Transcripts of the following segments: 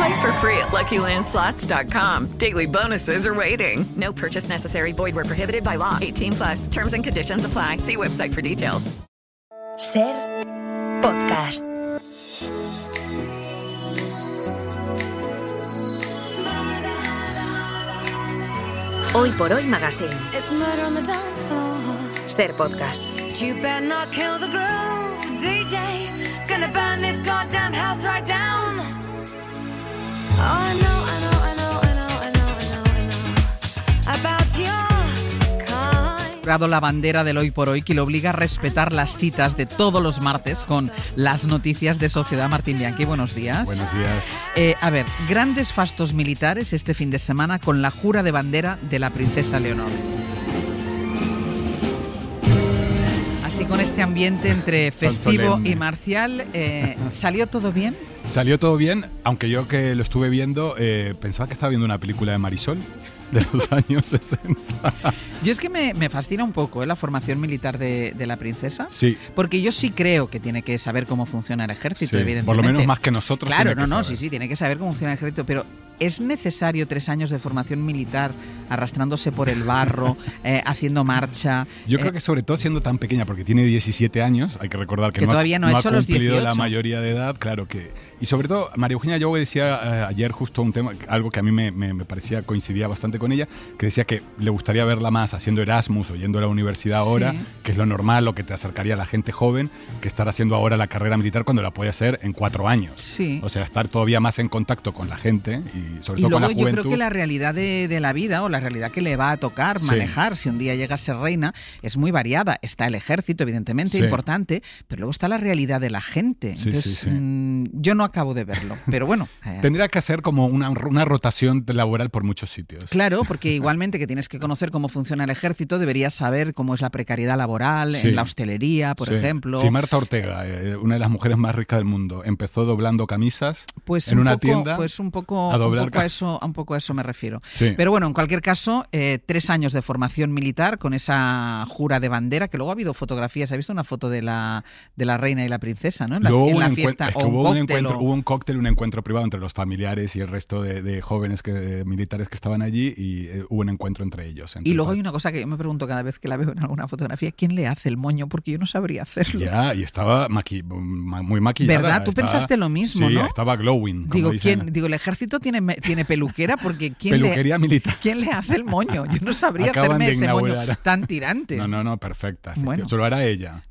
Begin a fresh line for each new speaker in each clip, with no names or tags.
Play for free at LuckyLandSlots.com. Daily bonuses are waiting. No purchase necessary. Void were prohibited by law. 18 plus. Terms and conditions apply. See website for details.
Ser podcast. Hoy por hoy magazine.
It's murder on the dance floor.
Ser podcast.
You better not kill the groove, DJ. Gonna burn this goddamn house right down. Oh, I know, I know, I know, I know, I know, I know, I know about your kind.
colgado la bandera del hoy por hoy que le obliga a respetar las citas de todos los martes con las noticias de Sociedad Martín Bianchi. Buenos días.
Buenos días.
Eh, a ver, grandes fastos militares este fin de semana con la jura de bandera de la princesa Leonor. Así con este ambiente entre festivo
solemne.
y marcial, eh, ¿salió todo bien?
Salió todo bien, aunque yo que lo estuve viendo eh, pensaba que estaba viendo una película de Marisol de los años 60.
Yo es que me, me fascina un poco eh, la formación militar de, de la princesa.
Sí.
Porque yo sí creo que tiene que saber cómo funciona el ejército,
Sí,
evidentemente.
por lo menos más que nosotros
Claro,
tiene que
no, no,
saber.
sí, sí, tiene que saber cómo funciona el ejército, pero ¿es necesario tres años de formación militar arrastrándose por el barro, eh, haciendo marcha?
Yo
eh,
creo que sobre todo siendo tan pequeña, porque tiene 17 años, hay que recordar que,
Que
no,
todavía no ha hecho los
cumplido la
18.
mayoría de edad, claro que... Y sobre todo, María Eugenia Yo decía eh, ayer justo un tema, algo que a mí me, me- me parecía coincidía bastante con ella, que decía que le gustaría verla más haciendo Erasmus o yendo a la universidad
Sí.
ahora, que es lo normal, lo que te acercaría a la gente joven, que estar haciendo ahora la carrera militar cuando la puede hacer en cuatro años.
Sí.
O sea, estar todavía más en contacto con la gente y sobre
Y
todo con la
luego yo
juventud.
creo que la realidad de, de la vida o la realidad que le va a tocar
Sí.
manejar si un día llega a ser reina es muy variada. Está el ejército, evidentemente,
Sí.
importante, pero luego está la realidad de la gente.
Sí,
Entonces,
sí, sí.
mm, yo no acabo de verlo, pero bueno. eh,
Tendría que hacer como una, una rotación laboral por muchos sitios.
Claro, porque igualmente que tienes que conocer cómo funciona el ejército, deberías saber cómo es la precariedad laboral
Sí.
en la hostelería, por
Sí.
ejemplo.
Sí, Marta Ortega, eh, una de las mujeres más ricas del mundo, empezó doblando camisas
Pues
en
un
una
poco,
tienda.
pues un poco,
a
un
doblar
poco a
ca-
eso, a un poco a eso me refiero.
Sí.
Pero bueno, en cualquier caso, eh, tres años de formación militar con esa jura de bandera, que luego ha habido fotografías, ha visto una foto de la, de la reina y la princesa, ¿no? En la,
Luego
en
hubo
la
un encuen-
fiesta
es que
o un
hubo, un
cóctel
encuentro,
o-
hubo un cóctel, un encuentro privado entre los familiares y el resto de, de jóvenes que, de militares que estaban allí y eh, hubo un encuentro entre ellos. entre
Y luego
los-
hay una cosa que yo me pregunto cada vez que la veo en alguna fotografía, ¿quién le hace el moño? Porque yo no sabría hacerlo.
Ya, y estaba maqui- ma- muy maquillada.
¿Verdad? Tú
estaba-
pensaste lo mismo,
sí,
¿no?
estaba glowing, como
Digo,
dicen.
¿quién, digo, el ejército tiene, me- tiene peluquera porque ¿quién le,
Peluquería militar.
¿quién le hace el moño? Yo no sabría
Acaban
hacerme
de
ese moño
inaugurar.
tan tirante.
No, no, no, perfecta.
Bueno.
Bueno. Se lo hará ella.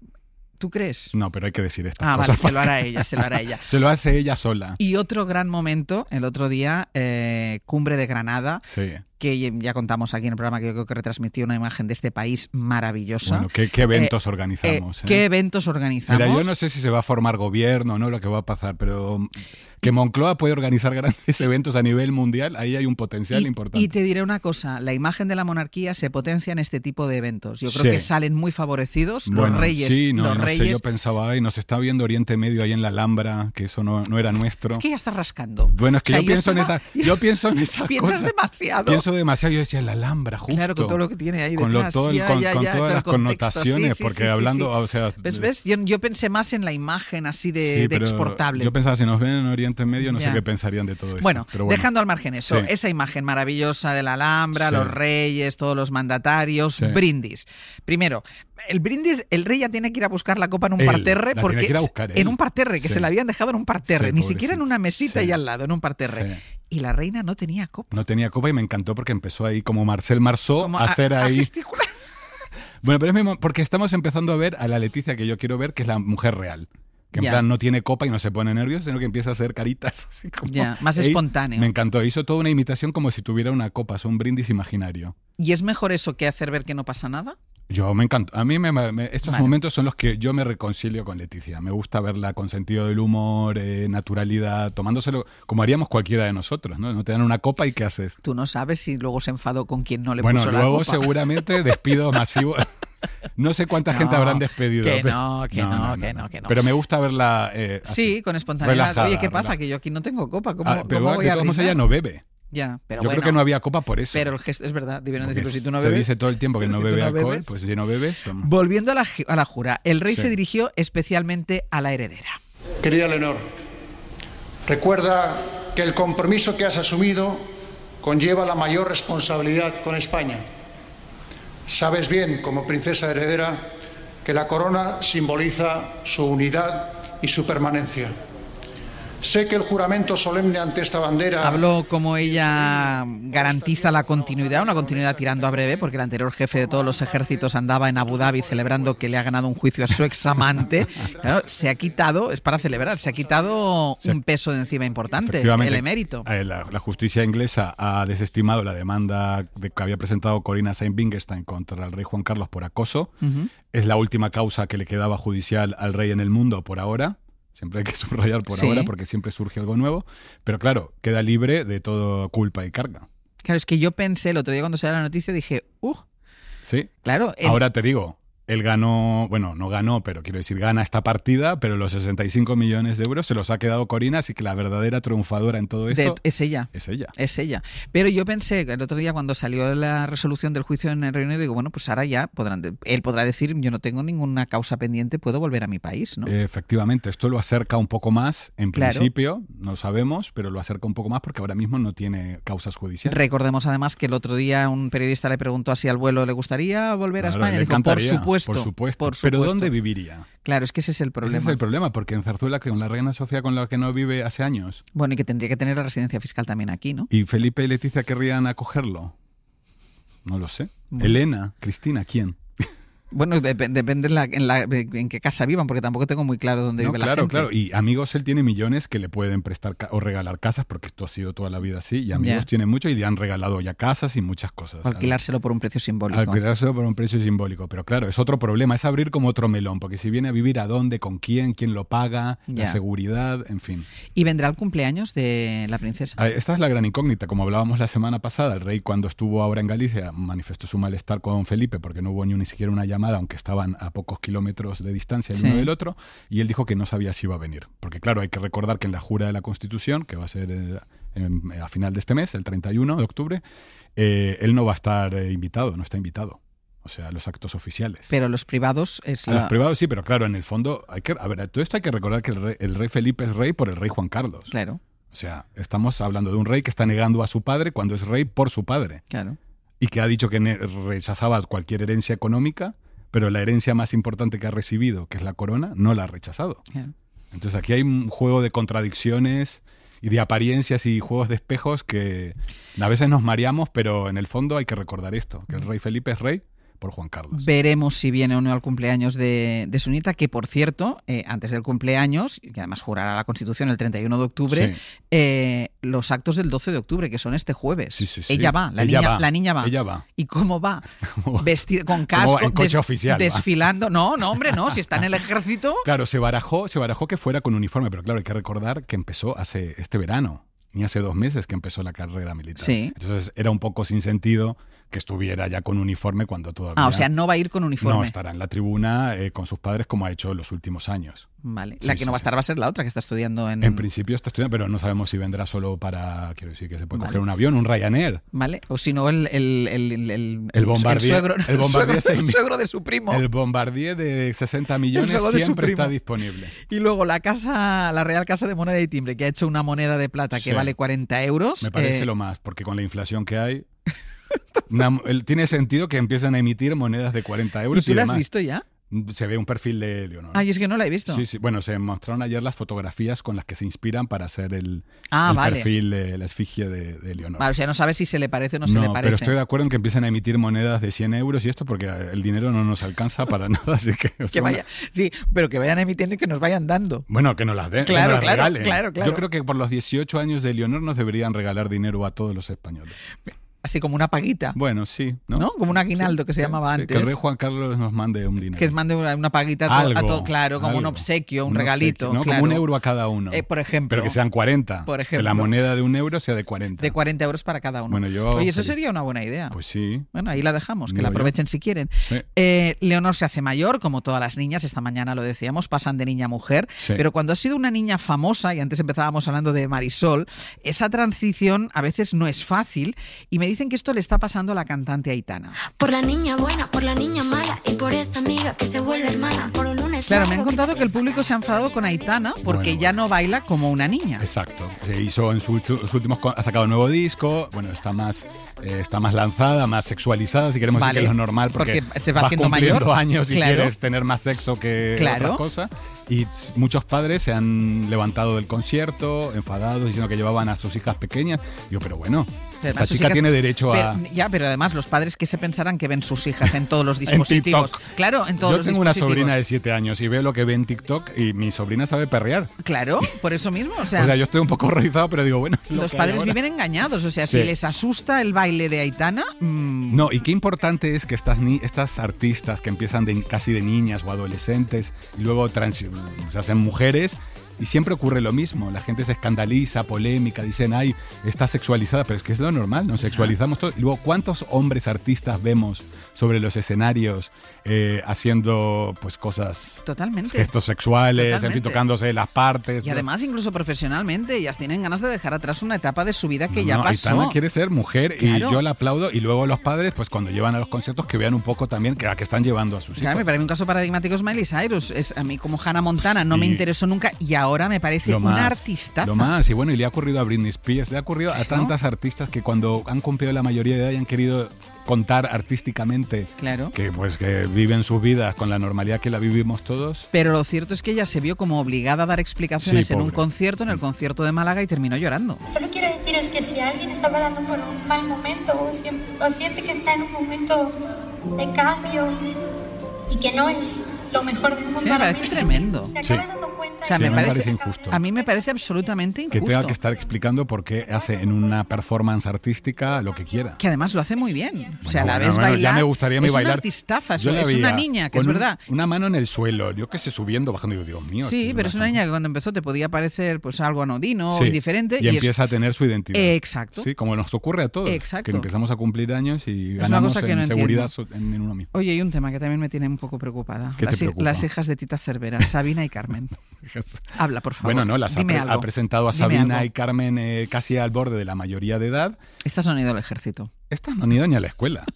¿Tú crees?
No, pero hay que decir estas
ah, vale,
cosas.
se lo hará ella, se lo hará ella.
Se lo hace ella sola.
Y otro gran momento, el otro día, eh, Cumbre de Granada,
Sí.
que ya contamos aquí en el programa que yo creo que retransmití una imagen de este país maravillosa.
Bueno, ¿qué, qué eventos
Eh,
organizamos? eh?
¿Qué eventos organizamos?
Mira, yo no sé si se va a formar gobierno, ¿no? Lo que va a pasar, pero que Moncloa puede organizar grandes eventos a nivel mundial, ahí hay un potencial
y,
importante.
y te diré una cosa, la imagen de la monarquía se potencia en este tipo de eventos. Yo creo
Sí.
que salen muy favorecidos
Bueno,
los reyes.
Sí, no,
los
no
reyes
sé, yo pensaba, ay, nos está viendo Oriente Medio ahí en la Alhambra, que eso no, no era nuestro.
Es que ya está rascando.
Bueno, es que
O sea,
yo, pienso en
estaba-
esa, yo pienso en esa
Piensas
cosa.
demasiado.
Pienso demasiado, yo decía, la Alhambra, justo.
Claro, con todo lo que tiene ahí
Con, lo-
detrás.
todo el-
Ya,
con-
ya,
con
ya,
todas
con
las
el contexto. Sí,
connotaciones,
sí,
porque
sí, sí,
hablando,
sí. Pues
o sea...
¿Ves? ¿Ves? Yo, yo pensé más en la imagen así de,
sí,
de
pero
exportable.
Yo pensaba, si nos ven en Oriente Medio, no
Ya.
sé qué pensarían de todo esto.
bueno,
pero bueno.
dejando al margen eso,
Sí.
esa imagen maravillosa de la Alhambra,
Sí.
los reyes, todos los mandatarios,
Sí.
brindis. Primero, el brindis, el rey ya tiene que ir a buscar la copa en un
Él, la
parterre,
tiene
porque
que ir a buscar
en
él.
un parterre, que
Sí.
se la habían dejado en un parterre,
Sí,
ni siquiera en
pobrecito.
una mesita
Sí.
y al lado, en un parterre.
Sí.
Y la reina no tenía copa.
No tenía copa y me encantó porque empezó ahí como Marcel Marceau
Como
a hacer
a
ahí.
gesticular.
Bueno, pero es mismo porque estamos empezando a ver a la Leticia que yo quiero ver, que es la mujer real. Que en
Ya.
plan no tiene copa y no se pone nerviosa, sino que empieza a hacer caritas. Así como,
Ya, más
Ey,
espontáneo.
Me encantó. Hizo toda una imitación como si tuviera una copa, o sea, un brindis imaginario.
¿Y es mejor eso que hacer ver que no pasa nada?
Yo me encanta. A mí me- me- estos
Vale.
momentos son los que yo me reconcilio con Leticia. Me gusta verla con sentido del humor, eh, naturalidad, tomándoselo como haríamos cualquiera de nosotros, ¿no? No te dan una copa y ¿qué haces?
Tú no sabes si luego se enfadó con quien no le
bueno,
puso
luego
la copa.
seguramente despido masivo. No sé cuánta gente
No,
habrán despedido.
que
pero-
no, que no, que no, que no.
Pero me gusta verla eh, así,
Sí, con espontaneidad.
relajada,
Oye, ¿qué pasa?
relajada.
Que yo aquí no tengo copa. ¿Cómo,
Ah, pero
cómo
de
voy a
todos modos
brindar?
ella no bebe.
Ya, pero
Yo
bueno.
creo que no había copa por eso.
Pero el gesto es verdad. Debieron
Porque
decir, pero si tú no
se
bebes.
dice todo el tiempo que
pero
no
si tú
bebe alcohol,
bebes.
pues si no bebes... toma.
Volviendo a la, gi- a la jura, el rey
Sí.
se dirigió especialmente a la heredera.
Querida Leonor, recuerda que el compromiso que has asumido conlleva la mayor responsabilidad con España. Sabes bien, como princesa heredera, que la corona simboliza su unidad y su permanencia. Sé que el juramento solemne ante esta bandera...
Habló como ella garantiza la continuidad, una continuidad tirando a breve, porque el anterior jefe de todos los ejércitos andaba en Abu Dhabi celebrando que le ha ganado un juicio a su examante. Claro, se ha quitado, es para celebrar, se ha quitado
Se-
un peso de encima importante,
Efectivamente,
el emérito.
eh, La, la justicia inglesa ha desestimado la demanda de- que había presentado Corina Saint Wittgenstein contra el rey Juan Carlos por acoso. Es la última causa que le quedaba judicial al rey en el mundo por ahora. Siempre hay que subrayar por
Sí.
ahora porque siempre surge algo nuevo. Pero claro, queda libre de toda culpa y carga.
Claro, es que yo pensé el otro día cuando salió la noticia, dije, uh,
¿Sí?
claro, el-
Ahora te digo, él ganó, bueno, no ganó, pero quiero decir, gana esta partida, pero los 65 millones de euros se los ha quedado Corina, así que la verdadera triunfadora en todo
de-
esto
es ella.
es ella.
Es ella. Pero yo pensé que el otro día cuando salió la resolución del juicio en el Reino Unido, digo, bueno, pues ahora ya podrán, de- él podrá decir, yo no tengo ninguna causa pendiente, puedo volver a mi país, ¿no?
Efectivamente, esto lo acerca un poco más, en
Claro.
principio, no lo sabemos, pero lo acerca un poco más porque ahora mismo no tiene causas judiciales.
Recordemos además que el otro día un periodista le preguntó así al vuelo, ¿le gustaría volver a
Claro,
España?
le
Dijo, por
encantaría,
supuesto,
por supuesto.
por
Pero
supuesto".
¿dónde viviría?
Claro, es que ese es el problema.
Ese es el problema, porque en Zarzuela, que con la reina Sofía con la que no vive hace años,
Bueno, y que tendría que tener la residencia fiscal también aquí, ¿no?
y Felipe y Leticia querrían acogerlo. No lo sé. Elena, Cristina, ¿quién?
Bueno, dep- depende en, la- en la- en qué casa vivan, porque tampoco tengo muy claro dónde
No,
vive la
claro,
gente.
claro. Y amigos, él tiene millones que le pueden prestar ca- o regalar casas, porque esto ha sido toda la vida así. Y amigos
Ya.
tiene mucho y le han regalado ya casas y muchas cosas.
O alquilárselo por un precio simbólico.
Alquilárselo por un precio simbólico. Pero claro, es otro problema, es abrir como otro melón, porque si viene a vivir a dónde, con quién, quién lo paga, la
Ya.
seguridad, en fin.
¿Y vendrá el cumpleaños de la princesa?
Ah, Esta es la gran incógnita. Como hablábamos la semana pasada, el rey cuando estuvo ahora en Galicia manifestó su malestar con Felipe porque no hubo ni, siquiera una llamada, aunque estaban a pocos kilómetros de distancia el
Sí.
uno del otro, y él dijo que no sabía si iba a venir. Porque claro, hay que recordar que en la jura de la Constitución, que va a ser eh, en- a final de este mes, el 31 de octubre, eh, él no va a estar eh, invitado, no está invitado. O sea, a los actos oficiales.
Pero los privados eh, es
A
la-
los privados sí, pero claro, en el fondo, hay que, a ver, a todo esto hay que recordar que el rey, el rey Felipe es rey por el rey Juan Carlos.
Claro,
O sea, estamos hablando de un rey que está negando a su padre cuando es rey por su padre
claro.
y que ha dicho que ne- rechazaba cualquier herencia económica, pero la herencia más importante que ha recibido, que es la corona, no la ha rechazado.
claro.
Entonces aquí hay un juego de contradicciones y de apariencias y juegos de espejos que a veces nos mareamos, pero en el fondo hay que recordar esto, que el rey Felipe es rey por Juan Carlos.
Veremos si viene o no al cumpleaños de, de su nieta, que por cierto, eh, antes del cumpleaños, y que además jurará la Constitución el 31 de octubre,
Sí.
eh, los actos del 12 de octubre, que son este jueves.
Sí, sí, sí.
Ella va, la,
Ella
niña,
va.
la niña va.
Ella va.
¿Y cómo va?
¿Cómo va?
Vestida con casco.
va? En coche oficial, va.
Desfilando. No, no, hombre, no. Si está en el ejército.
Claro, se barajó, se barajó que fuera con uniforme, pero claro, hay que recordar que empezó hace este verano, ni hace dos meses que empezó la carrera militar.
Sí.
Entonces era un poco sin sentido que estuviera ya con uniforme cuando todavía
Ah, o sea, no va a ir con uniforme.
no estará en la tribuna eh, con sus padres como ha hecho en los últimos años.
Vale.
Sí,
la que
sí,
no va a
sí.
estar va a ser la otra que está estudiando en.
En principio está estudiando, pero no sabemos si vendrá solo para, quiero decir, que se puede
Vale.
coger un avión, un Ryanair.
¿Vale? O si no, el, el, el, el, el,
El Bombardier-
suegro,
el
el,
Bombardier
suegro, el
6000.
suegro de su primo.
El bombardier de 60 millones
juego de su
siempre está
primo.
disponible.
Y luego la casa, la Real Casa de Moneda y Timbre, que ha hecho una moneda de plata que
Sí.
vale 40 euros.
Me parece
eh,
lo más, porque con la inflación que hay, una- el- tiene sentido que empiecen a emitir monedas de 40 euros.
¿Y tú la has
demás. Mm,
visto ya?
se ve un perfil de Leonor.
Ah, yo es que no la he visto.
Sí, sí. Bueno, se mostraron ayer las fotografías con las que se inspiran para hacer el,
Ah,
el
vale.
perfil de la esfinge de, de Leonor.
Vale, o sea, no sabes si se le parece o no, se le parece.
pero estoy de acuerdo en que empiecen a emitir monedas de 100 euros y esto porque eh, el dinero no nos alcanza para nada, así que... o
Que
sea,
vaya, sí, pero que vayan emitiendo y que nos vayan dando.
Bueno, que nos las den, que
Claro,
nos las
claro,
regalen.
claro, claro.
Yo creo que por los 18 años de Leonor nos deberían regalar dinero a todos los españoles.
Así como una paguita.
Bueno, sí, ¿no?
¿No? Como un aguinaldo que se
Sí,
llamaba
sí,
antes.
Que el rey Juan Carlos nos mande un dinero.
Que os mande una, una paguita a to- a
Algo,
todo, claro, como un
algo.
obsequio, un,
Un
regalito.
obsequio, ¿no? Como
claro.
un euro a cada uno.
Eh, por ejemplo.
Pero que sean 40.
Por
Que
ejemplo.
la moneda de un euro sea de 40.
De 40 euros para cada uno.
Bueno, yo
Oye, eso
feliz.
sería una buena idea.
Pues sí.
Bueno, ahí la dejamos, que
Digo
la
yo.
aprovechen si quieren.
Sí.
Eh, Leonor se hace mayor, como todas las niñas, esta mañana lo decíamos, pasan de niña a mujer,
Sí.
pero cuando has sido una niña famosa, y antes empezábamos hablando de Marisol, esa transición a veces no es fácil, y me dicen que esto le está pasando a la cantante Aitana.
Por la niña buena, por la niña mala y por esa amiga que se vuelve hermana. Por un lunes.
Claro, me han
largo que
contado que el público se ha enfadado con Aitana porque ya no baila como una niña.
Exacto. Se hizo en su- sus últimos. co- Ha sacado un nuevo disco. Bueno, está más, eh, está más lanzada, más sexualizada, si queremos
Vale.
decir que es lo normal. Porque,
Porque se va
vas
haciendo
cumpliendo
mayor.
años y
Claro.
quieres tener más sexo que
Claro.
otra cosa. Y s- muchos padres se han levantado del concierto, enfadados, diciendo que llevaban a sus hijas pequeñas. Yo, pero bueno,
Pero
esta
además sus
chica
hijas-
tiene derecho a.
Pero- ya, pero además los padres que se pensarán que ven sus hijas en todos los dispositivos.
TikTok.
claro, en todos
Yo
los
tengo una
dispositivos.
sobrina de 7 años y veo lo que ve en TikTok y mi sobrina sabe perrear.
Claro, por eso mismo. O sea,
O sea, yo estoy un poco horrorizado, pero digo, bueno. es lo
los
que hay
padres
ahora.
viven engañados. O sea, si
Sí.
les asusta el baile de Aitana, mm,
No, y qué importante es que estas, ni estas artistas que empiezan de, casi de niñas o adolescentes y luego trans- se hacen mujeres y siempre ocurre lo mismo. La gente se escandaliza, polémica, dicen, ay, está sexualizada, pero es que es lo normal, nos sexualizamos todo. Y luego, ¿cuántos hombres artistas vemos sobre los escenarios eh, haciendo pues cosas,
totalmente.
gestos sexuales, en fin,
Totalmente.
tocándose las partes?
Y además, incluso profesionalmente, ellas tienen ganas de dejar atrás una etapa de su vida que
No,
ya
no,
pasó.
Aitana quiere ser mujer
Claro.
y yo la aplaudo. Y luego los padres, pues cuando llevan a los conciertos, que vean un poco también que, a qué están llevando a sus hijos.
Claro, me parece un caso paradigmático es Miley Cyrus. Es, a mí como Hannah Montana no me
Y-
interesó nunca y ahora me parece
Lo
una
más,
artista.
Lo más, y bueno, y le ha ocurrido a Britney Spears, le ha ocurrido a tantas artistas que cuando han cumplido la mayoría de edad y han querido contar artísticamente
Claro.
que pues que viven sus vidas con la normalidad que la vivimos todos.
Pero lo cierto es que ella se vio como obligada a dar explicaciones
Sí,
en un
pobre. Mm.
concierto, en el concierto de Málaga, y terminó llorando.
Solo quiero deciros que si alguien está pasando por un mal momento o, siem- o siente que está en un momento de cambio y que no es lo mejor del mundo,
Sí, me
ahora
parece
mismo,
tremendo.
te
Sí.
acabas dando cuenta
O sea,
Sí,
me
me
parece,
parece injusto.
A mí me parece absolutamente
Que
injusto.
tenga que estar explicando por qué hace en una performance artística lo que quiera.
Que además lo hace muy bien. o sea, la
Bueno, bueno,
ves
bueno,
bailar.
Ya me gustaría a mí
es
bailar.
una artistafa, es,
Yo la
es una
veía
niña, que es
con un-
verdad.
Una mano en el suelo, yo que sé, subiendo, bajando. Yo digo, mío.
sí, pero es una niña que cuando empezó te podía parecer pues algo anodino o
Sí,
indiferente.
Y,
es-
empieza a tener su identidad.
Eh, exacto.
Sí, como nos ocurre a todos.
Exacto.
Que empezamos a cumplir años y
una
ganamos
cosa que
en
no
seguridad
entiendo.
so- en, en uno mismo.
Oye, hay un tema que también me tiene un poco preocupada.
¿Qué te
las, hi-
preocupa?
las hijas de Tita Cervera, Sabina y Carmen. Habla, por favor.
Bueno, no, las ha,
Dime
pre-
algo.
ha presentado a
Dime
Sabina
algo.
y Carmen eh, casi al borde de la mayoría de edad.
Estas no han ido al ejército.
Estas no han ido ni a la escuela.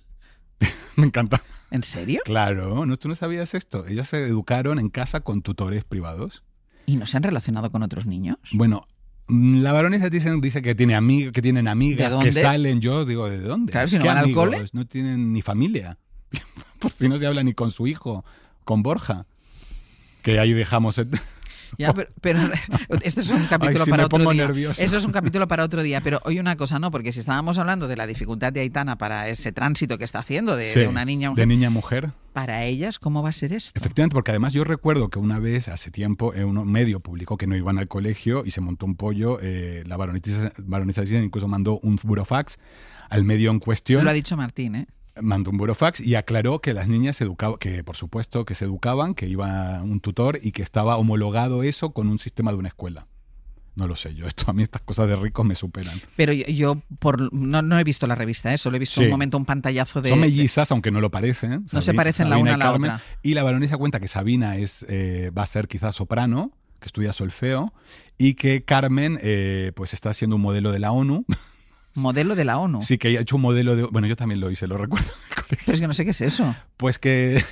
Me encanta.
¿En serio?
Claro, ¿no? tú no sabías esto. Ellas se educaron en casa con tutores privados.
¿Y no se han relacionado con otros niños?
Bueno, mm, la baronesa dicen, dice que, tiene amig- que tienen
¿De
amigas,
dónde?
que salen. Yo digo, ¿de dónde?
Claro, si no
¿Qué
van al
amigos?
cole.
No tienen ni familia. Por si no se habla ni con su hijo, con Borja. Que ahí dejamos. el-
Ya, pero, pero este es un capítulo
Ay, sí,
para
me
otro
pongo
día.
nervioso.
Eso es un capítulo para otro día. Pero hoy una cosa, ¿no? Porque si estábamos hablando de la dificultad de Aitana para ese tránsito que está haciendo de,
Sí,
de una niña a un-
De niña a mujer.
para ellas, ¿cómo va a ser esto?
Efectivamente, porque además yo recuerdo que una vez hace tiempo en un medio publicó que no iban al colegio y se montó un pollo. eh, la baronesa, baronesa de Sicilia incluso mandó un burofax al medio en cuestión.
Lo ha dicho Martín, ¿eh?
mandó un burofax y aclaró que las niñas se educaban, que por supuesto que se educaban, que iba un tutor y que estaba homologado eso con un sistema de una escuela. No lo sé yo, esto a mí estas cosas de ricos me superan.
Pero yo, yo por, no, no he visto la revista, ¿eh? solo he visto
Sí.
un momento, un pantallazo de...
Son
de-
mellizas, aunque no lo parecen.
No se parecen la
Sabina
una
y
a la
Carmen.
otra.
Y la baronesa cuenta que Sabina es, eh, va a ser quizás soprano, que estudia solfeo, y que Carmen eh, pues está haciendo un modelo de la ONU.
Modelo de la ONU.
Sí, que ella ha hecho un modelo de... Bueno, yo también lo hice, lo recuerdo.
Pero es que no sé qué es eso.
Pues que...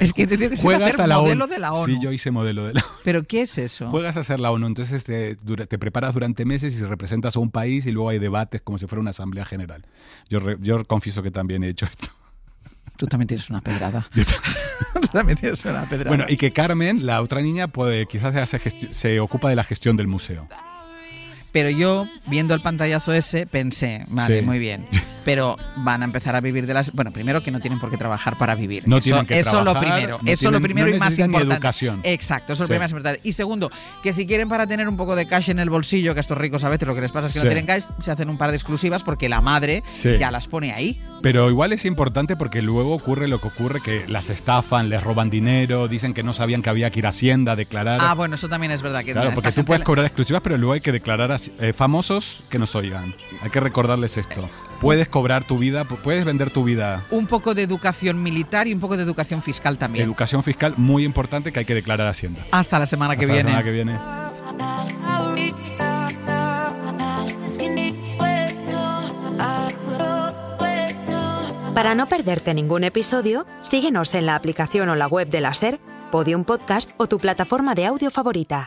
Es que te digo que se va a hacer modelo de la ONU.
Sí, yo hice modelo de la ONU.
¿Pero qué es eso?
Juegas a ser la ONU, entonces te, dura- te preparas durante meses y representas a un país y luego hay debates como si fuera una asamblea general. Yo, re- yo confieso que también he hecho esto.
Tú también tienes una pedrada. Tú también tienes una pedrada.
Bueno, y que Carmen, la otra niña, pues quizás se, hace gesti- se ocupa de la gestión del museo.
Pero yo, viendo el pantallazo ese, pensé, vale,
Sí.
muy bien. Pero van a empezar a vivir de las. Bueno, primero que no tienen por qué trabajar para vivir.
No
eso
tienen que
eso lo
trabajar,
primero.
no
eso
tienen-
lo primero
no
y más
necesitan ni
importante.
educación.
Exacto, eso es lo
Sí.
primero y más importante. Y segundo, que si quieren para tener un poco de cash en el bolsillo, que a estos ricos a veces lo que les pasa es que no
Sí.
tienen cash, se hacen un par de exclusivas porque la madre
Sí.
ya las pone ahí.
Pero igual es importante porque luego ocurre lo que ocurre, que las estafan, les roban dinero, dicen que no sabían que había que ir a Hacienda a declarar.
Ah, bueno, eso también es verdad. Que
Claro,
mira,
porque
esta
tú puedes
gente-
cobrar exclusivas, pero luego hay que declarar a eh, famosos que nos oigan. Hay que recordarles esto. Puedes cobrar tu vida, pu- puedes vender tu vida.
Un poco de educación militar y un poco de educación fiscal también.
Educación fiscal muy importante que hay que declarar a Hacienda.
Hasta la semana que
Hasta la
viene.
semana que viene.
Para no perderte ningún episodio, síguenos en la aplicación o la web de la SER, Podium Podcast o tu plataforma de audio favorita.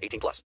18 plus.